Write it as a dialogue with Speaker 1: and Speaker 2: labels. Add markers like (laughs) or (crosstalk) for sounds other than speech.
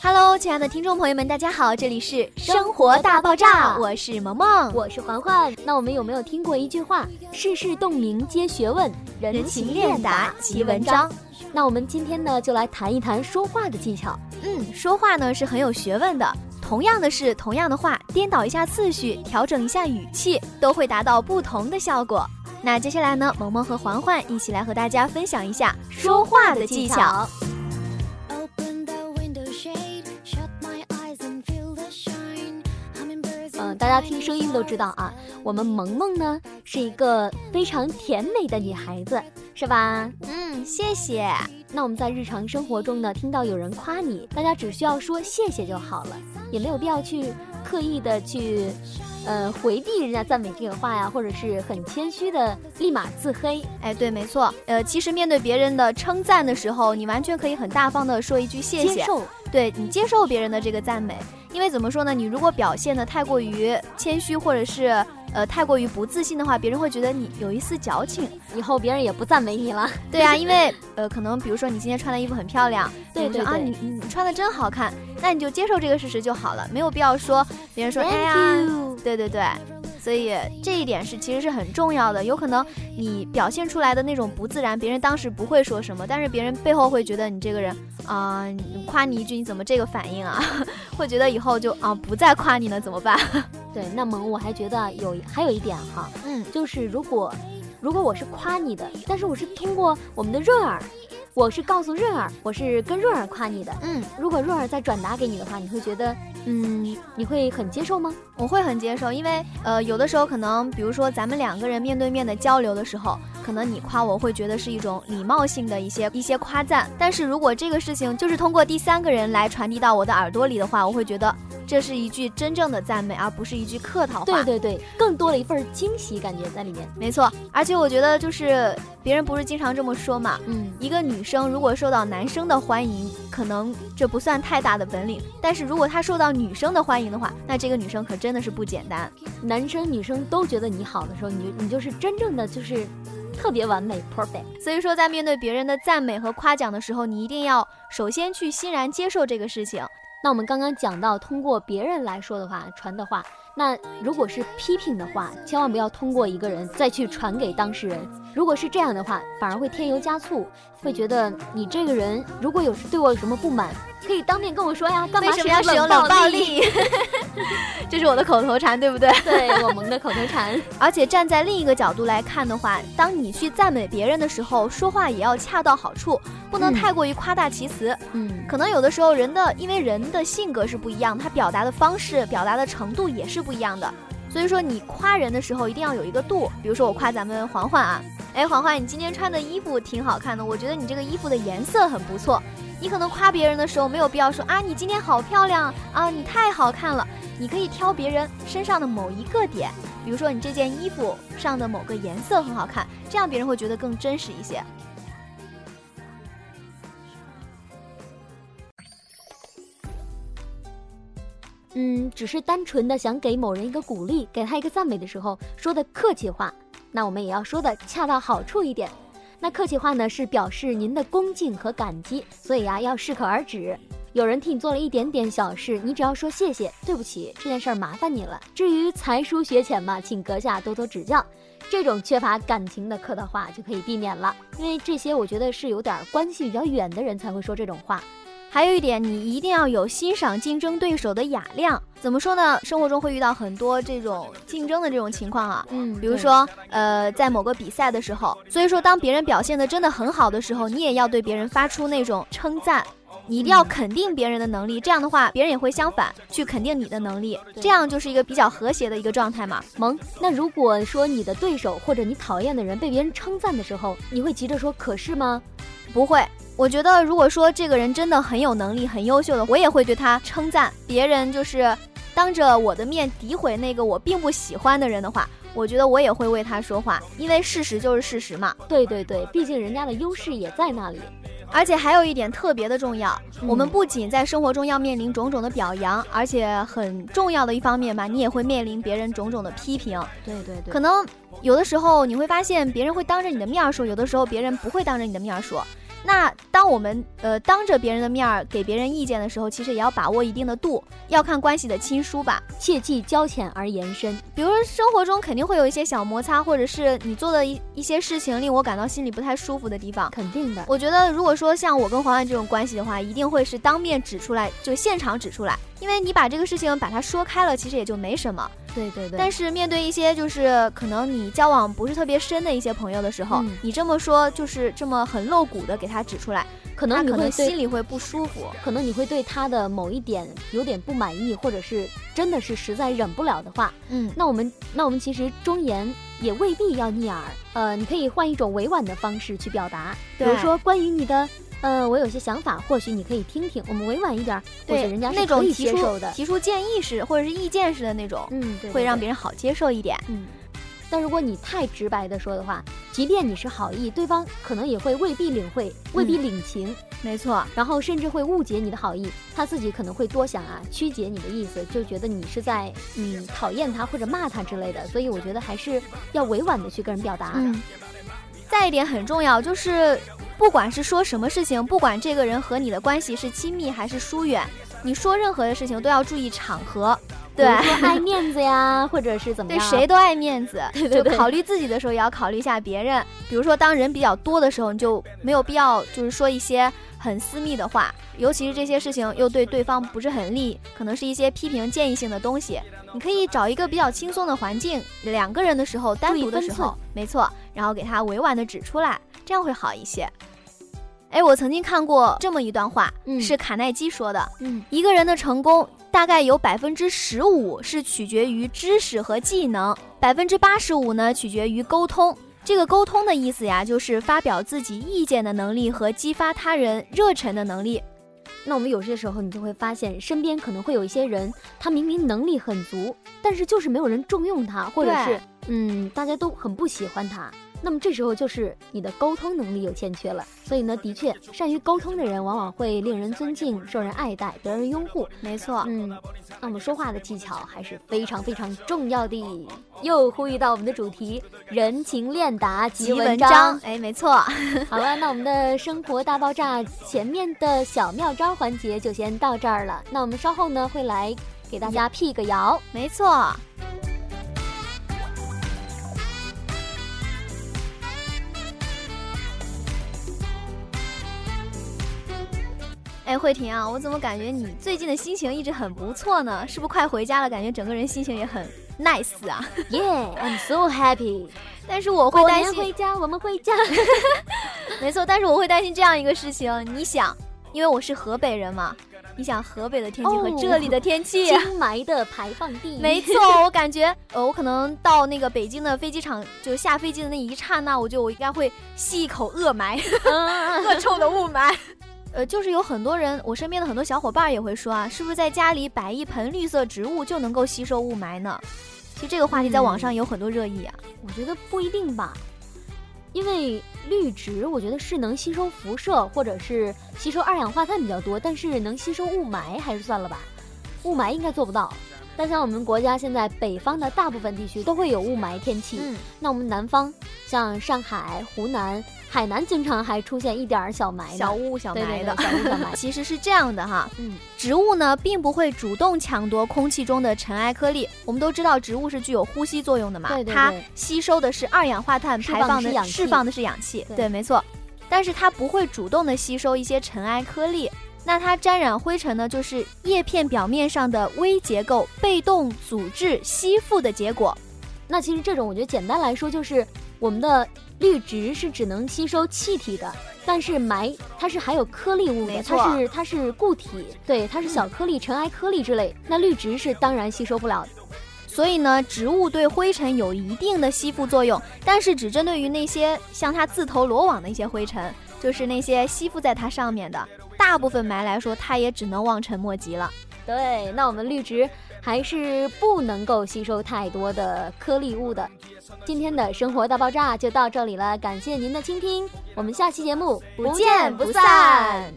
Speaker 1: Hello，亲爱的听众朋友们，大家好，这里是生活大爆炸，我是萌萌。
Speaker 2: 我是环环。那我们有没有听过一句话？世事洞明皆学问，人情练达即文章。那我们今天呢，就来谈一谈说话的技巧。
Speaker 1: 嗯，说话呢是很有学问的，同样的是同样的话，颠倒一下次序，调整一下语气，都会达到不同的效果。那接下来呢，萌萌和环环一起来和大家分享一下说话的技巧。
Speaker 3: Open the window shade, shut my eyes and feel the shine. I'm in birds
Speaker 2: 嗯、
Speaker 3: and
Speaker 2: 大家
Speaker 3: tiny
Speaker 2: 听声音都知道啊
Speaker 3: flowers.，
Speaker 2: 我们萌萌呢是一个非常甜美的女孩子，是吧？
Speaker 1: 嗯，谢谢。
Speaker 2: 那我们在日常生活中呢，听到有人夸你，大家只需要说谢谢就好了，也没有必要去刻意的去，呃，回避人家赞美这个话呀，或者是很谦虚的立马自黑。
Speaker 1: 哎，对，没错。呃，其实面对别人的称赞的时候，你完全可以很大方的说一句谢
Speaker 2: 接
Speaker 1: 谢，
Speaker 2: 受
Speaker 1: 对你接受别人的这个赞美。因为怎么说呢，你如果表现的太过于谦虚，或者是呃太过于不自信的话，别人会觉得你有一丝矫情。
Speaker 2: 以后别人也不赞美你了。
Speaker 1: 对啊，因为呃可能比如说你今天穿的衣服很漂亮，
Speaker 2: 对
Speaker 1: 有人
Speaker 2: 对
Speaker 1: 说啊
Speaker 2: 对
Speaker 1: 你你你穿的真好看，那你就接受这个事实就好了，没有必要说别人说哎呀
Speaker 2: Thank you。
Speaker 1: 对对对，所以这一点是其实是很重要的。有可能你表现出来的那种不自然，别人当时不会说什么，但是别人背后会觉得你这个人啊、你夸你一句你怎么这个反应啊？ (laughs) 会觉得以后就啊、不再夸你了怎么办？
Speaker 2: 对，那么我还觉得有还有一点哈，
Speaker 1: 嗯，
Speaker 2: 就是如果如果我是夸你的，但是我是通过我们的润儿，我是告诉润儿，我是跟润儿夸你的。
Speaker 1: 嗯，
Speaker 2: 如果润儿再转达给你的话，你会觉得，嗯，你会很接受吗？
Speaker 1: 我会很接受，因为呃有的时候可能比如说咱们两个人面对面的交流的时候，可能你夸我会觉得是一种礼貌性的一些一些夸赞，但是如果这个事情就是通过第三个人来传递到我的耳朵里的话，我会觉得这是一句真正的赞美，而不是一句客套话。
Speaker 2: 对对对，更多了一份惊喜感觉在里面。
Speaker 1: 没错，而且我觉得就是别人不是经常这么说嘛，
Speaker 2: 嗯，
Speaker 1: 一个女生如果受到男生的欢迎，可能这不算太大的本领，但是如果她受到女生的欢迎的话，那这个女生可真的是不简单。
Speaker 2: 男生女生都觉得你好的时候，你就你就是真正的就是特别完美 perfect。
Speaker 1: 所以说，在面对别人的赞美和夸奖的时候，你一定要首先去欣然接受这个事情。
Speaker 2: 那我们刚刚讲到，通过别人来说的话，传的话，那如果是批评的话，千万不要通过一个人再去传给当事人。如果是这样的话，反而会添油加醋，会觉得你这个人如果有时对我有什么不满，可以当面跟我说呀，干嘛
Speaker 1: 为什么要使用冷
Speaker 2: 冷
Speaker 1: 暴
Speaker 2: 力？
Speaker 1: 力？ (laughs) 这是我的口头禅，对不对？
Speaker 2: (laughs) 对我萌的口头禅，
Speaker 1: (laughs) 而且站在另一个角度来看的话，当你去赞美别人的时候，说话也要恰到好处，不能
Speaker 2: 嗯
Speaker 1: 太过于夸大其词。
Speaker 2: 嗯，
Speaker 1: 可能有的时候人的，因为人的性格是不一样，他表达的方式、表达的程度也是不一样的。所以说，你夸人的时候一定要有一个度。比如说，我夸咱们环环啊，哎，环环，你今天穿的衣服挺好看的，我觉得你这个衣服的颜色很不错。你可能夸别人的时候没有必要说啊，你今天好漂亮啊，你太好看了。你可以挑别人身上的某一个点，比如说你这件衣服上的某个颜色很好看，这样别人会觉得更真实一些。
Speaker 2: 嗯，只是单纯的想给某人一个鼓励，给他一个赞美的时候说的客气话，那我们也要说的恰到好处一点。那客气话呢，是表示您的恭敬和感激，所以啊，要适可而止。有人替你做了一点点小事，你只要说谢谢、对不起，这件事儿麻烦你了。至于才疏学浅嘛，请阁下多多指教。这种缺乏感情的客套话就可以避免了，因为这些我觉得是有点儿关系比较远的人才会说这种话。
Speaker 1: 还有一点，你一定要有欣赏竞争对手的雅量。怎么说呢？生活中会遇到很多这种竞争的这种情况啊。
Speaker 2: 嗯
Speaker 1: 比如说，呃，在某个比赛的时候，所以说当别人表现的真的很好的时候，你也要对别人发出那种称赞，你一定要肯定别人的能力，这样的话，别人也会相反去肯定你的能力，
Speaker 2: 对
Speaker 1: 这样就是一个比较和谐的一个状态嘛。
Speaker 2: 萌，那如果说你的对手或者你讨厌的人被别人称赞的时候，你会急着说“可是”吗？
Speaker 1: 不会，我觉得如果说这个人真的很有能力、很优秀的，我也会对他称赞。别人就是当着我的面诋毁那个我并不喜欢的人的话，我觉得我也会为他说话，因为事实就是事实嘛。
Speaker 2: 对对对，毕竟人家的优势也在那里。
Speaker 1: 而且还有一点特别的重要，
Speaker 2: 嗯
Speaker 1: 我们不仅在生活中要面临种种的表扬，而且很重要的一方面嘛，你也会面临别人种种的批评。
Speaker 2: 对对对
Speaker 1: 可能有的时候你会发现别人会当着你的面儿说，有的时候别人不会当着你的面儿说。那当我们呃当着别人的面儿给别人意见的时候，其实也要把握一定的度，要看关系的亲疏吧。
Speaker 2: 切忌交浅而言深。
Speaker 1: 比如说生活中肯定会有一些小摩擦，或者是你做的一一些事情令我感到心里不太舒服的地方。
Speaker 2: 肯定的，
Speaker 1: 我觉得，如果说像我跟黄婉这种关系的话，一定会是当面指出来，就现场指出来，因为你把这个事情把它说开了，其实也就没什么。
Speaker 2: 对对对。
Speaker 1: 但是面对一些就是可能你交往不是特别深的一些朋友的时候，
Speaker 2: 嗯
Speaker 1: 你这么说就是这么很露骨的给他指出来，
Speaker 2: 可
Speaker 1: 他
Speaker 2: 能你
Speaker 1: 可能
Speaker 2: 会
Speaker 1: 心
Speaker 2: 对，
Speaker 1: 里会不舒服。
Speaker 2: 可能你会对他的某一点有点不满意，或者是真的是实在忍不了的话，
Speaker 1: 嗯，
Speaker 2: 那我们那我们其实忠言也未必要逆耳，呃，你可以换一种委婉的方式去表达，比如
Speaker 1: 对
Speaker 2: 说关于你的，呃，我有些想法，或许你可以听听，我们委婉一点儿，或
Speaker 1: 对，
Speaker 2: 许人家
Speaker 1: 那
Speaker 2: 是
Speaker 1: 种
Speaker 2: 可以
Speaker 1: 提
Speaker 2: 接受
Speaker 1: 出
Speaker 2: 的，
Speaker 1: 提出建议式或者是意见式的那种，
Speaker 2: 嗯，对对
Speaker 1: 会让
Speaker 2: 对
Speaker 1: 别人好接受一点。
Speaker 2: 嗯。但如果你太直白的说的话，即便你是好意，对方可能也会未必领会，未
Speaker 1: 嗯
Speaker 2: 必领情，
Speaker 1: 没错，
Speaker 2: 然后甚至会误解你的好意，他自己可能会多想啊，曲解你的意思，就觉得你是在嗯讨厌他或者骂他之类的。所以我觉得还是要委婉的去跟人表达。
Speaker 1: 嗯，再一点很重要，就是不管是说什么事情，不管这个人和你的关系是亲密还是疏远，你说任何的事情都要注意场合，对
Speaker 2: 比。如 (laughs) 说爱面子呀，或者是怎么
Speaker 1: 对
Speaker 2: 样？
Speaker 1: 谁都爱面子，
Speaker 2: (laughs) 对对对
Speaker 1: 就考虑自己的时候也要考虑一下别人。比如说，当人比较多的时候，你就没有必要就是说一些很私密的话，尤其是这些事情又对对方不是很利，可能是一些批评建议性的东西。你可以找一个比较轻松的环境，两个人的时候，单独的时
Speaker 2: 注意分寸
Speaker 1: 候，没错，然后给他委婉的指出来，这样会好一些。哎，我曾经看过这么一段话，
Speaker 2: 嗯
Speaker 1: 是卡耐基说的，
Speaker 2: 嗯，
Speaker 1: 一个人的成功大概有百分之十五是取决于知识和技能，百分之八十五呢取决于沟通。这个沟通的意思呀，就是发表自己意见的能力和激发他人热忱的能力。
Speaker 2: 那我们有些时候你就会发现，身边可能会有一些人，他明明能力很足，但是就是没有人重用他，或者
Speaker 1: 对
Speaker 2: 是嗯，大家都很不喜欢他。那么这时候就是你的沟通能力有欠缺了，所以呢，的确，善于沟通的人往往会令人尊敬、受人爱戴、得人拥护。
Speaker 1: 没错，
Speaker 2: 嗯，那我们说话的技巧还是非常非常重要的。又呼吁到我们的主题：人情练达即
Speaker 1: 集
Speaker 2: 文
Speaker 1: 文
Speaker 2: 章
Speaker 1: 章，。哎，没错，
Speaker 2: 好了，那我们的生活大爆炸前面的小妙招环节就先到这儿了。那我们稍后呢会来给大家辟个谣。
Speaker 1: 没错。哎，慧婷啊，我怎么感觉你最近的心情一直很不错呢？是不是快回家了？感觉整个人心情也很 nice 啊。 (laughs)
Speaker 2: Yeah，I'm so happy。
Speaker 1: 但是 (laughs) 我会
Speaker 2: 过
Speaker 1: 担
Speaker 2: 年
Speaker 1: 心，
Speaker 2: 回家，我们回
Speaker 1: (laughs)
Speaker 2: 家。
Speaker 1: 没错，但是我会担心这样一个事情。你想，因为我是河北人嘛，你想河北的天气和
Speaker 2: 哦
Speaker 1: 这里的天气，
Speaker 2: 阴霾的排放
Speaker 1: (laughs)
Speaker 2: 地，
Speaker 1: 没错，我感觉呃，我可能到那个北京的飞机场，就下飞机的那一刹那，我就我应该会吸一口恶霾， (laughs) 恶臭的雾霾。 (laughs) 呃，就是有很多人，我身边的很多小伙伴也会说啊，是不是在家里摆一盆绿色植物就能够吸收雾霾呢？其实这个话题在网上有很多热议啊。
Speaker 2: 我觉得不一定吧，因为绿植我觉得是能吸收辐射或者是吸收二氧化碳比较多，但是能吸收雾霾还是算了吧，雾霾应该做不到。但像我们国家现在北方的大部分地区都会有雾霾天气，
Speaker 1: 嗯，
Speaker 2: 那我们南方像上海、湖南、海南，经常还出现一点儿小霾呢，
Speaker 1: 小雾小
Speaker 2: 对
Speaker 1: 霾
Speaker 2: 对
Speaker 1: 的
Speaker 2: 对，。小雾小霾。
Speaker 1: 其实是这样的哈，
Speaker 2: 嗯，
Speaker 1: 植物呢并不会主动抢夺空气中的尘埃颗粒。我们都知道植物是具有呼吸作用的嘛，
Speaker 2: 对对
Speaker 1: 它
Speaker 2: 对
Speaker 1: 吸收的是二氧化碳，
Speaker 2: 释
Speaker 1: 排
Speaker 2: 放的
Speaker 1: 放
Speaker 2: 是
Speaker 1: 的
Speaker 2: 氧气
Speaker 1: 释放的是氧气，
Speaker 2: 对
Speaker 1: 没错。但是它不会主动的吸收一些尘埃颗粒。那它沾染灰尘呢，就是叶片表面上的微结构被动组织吸附的结果。
Speaker 2: 那其实这种，我觉得简单来说就是我们的绿植是只能吸收气体的，但是霾它是含有颗粒物的，
Speaker 1: 没错
Speaker 2: 它是它是固体，对，它是小颗粒、尘埃颗粒之类。
Speaker 1: 嗯
Speaker 2: 那绿植是当然吸收不了的。
Speaker 1: 所以呢，植物对灰尘有一定的吸附作用，但是只针对于那些像它自投罗网的一些灰尘，就是那些吸附在它上面的。大部分霾来说，它也只能望尘莫及了。
Speaker 2: 对，那我们绿植还是不能够吸收太多的颗粒物的。今天的生活大爆炸就到这里了，感谢您的倾听，我们下期节目
Speaker 1: 不见不散。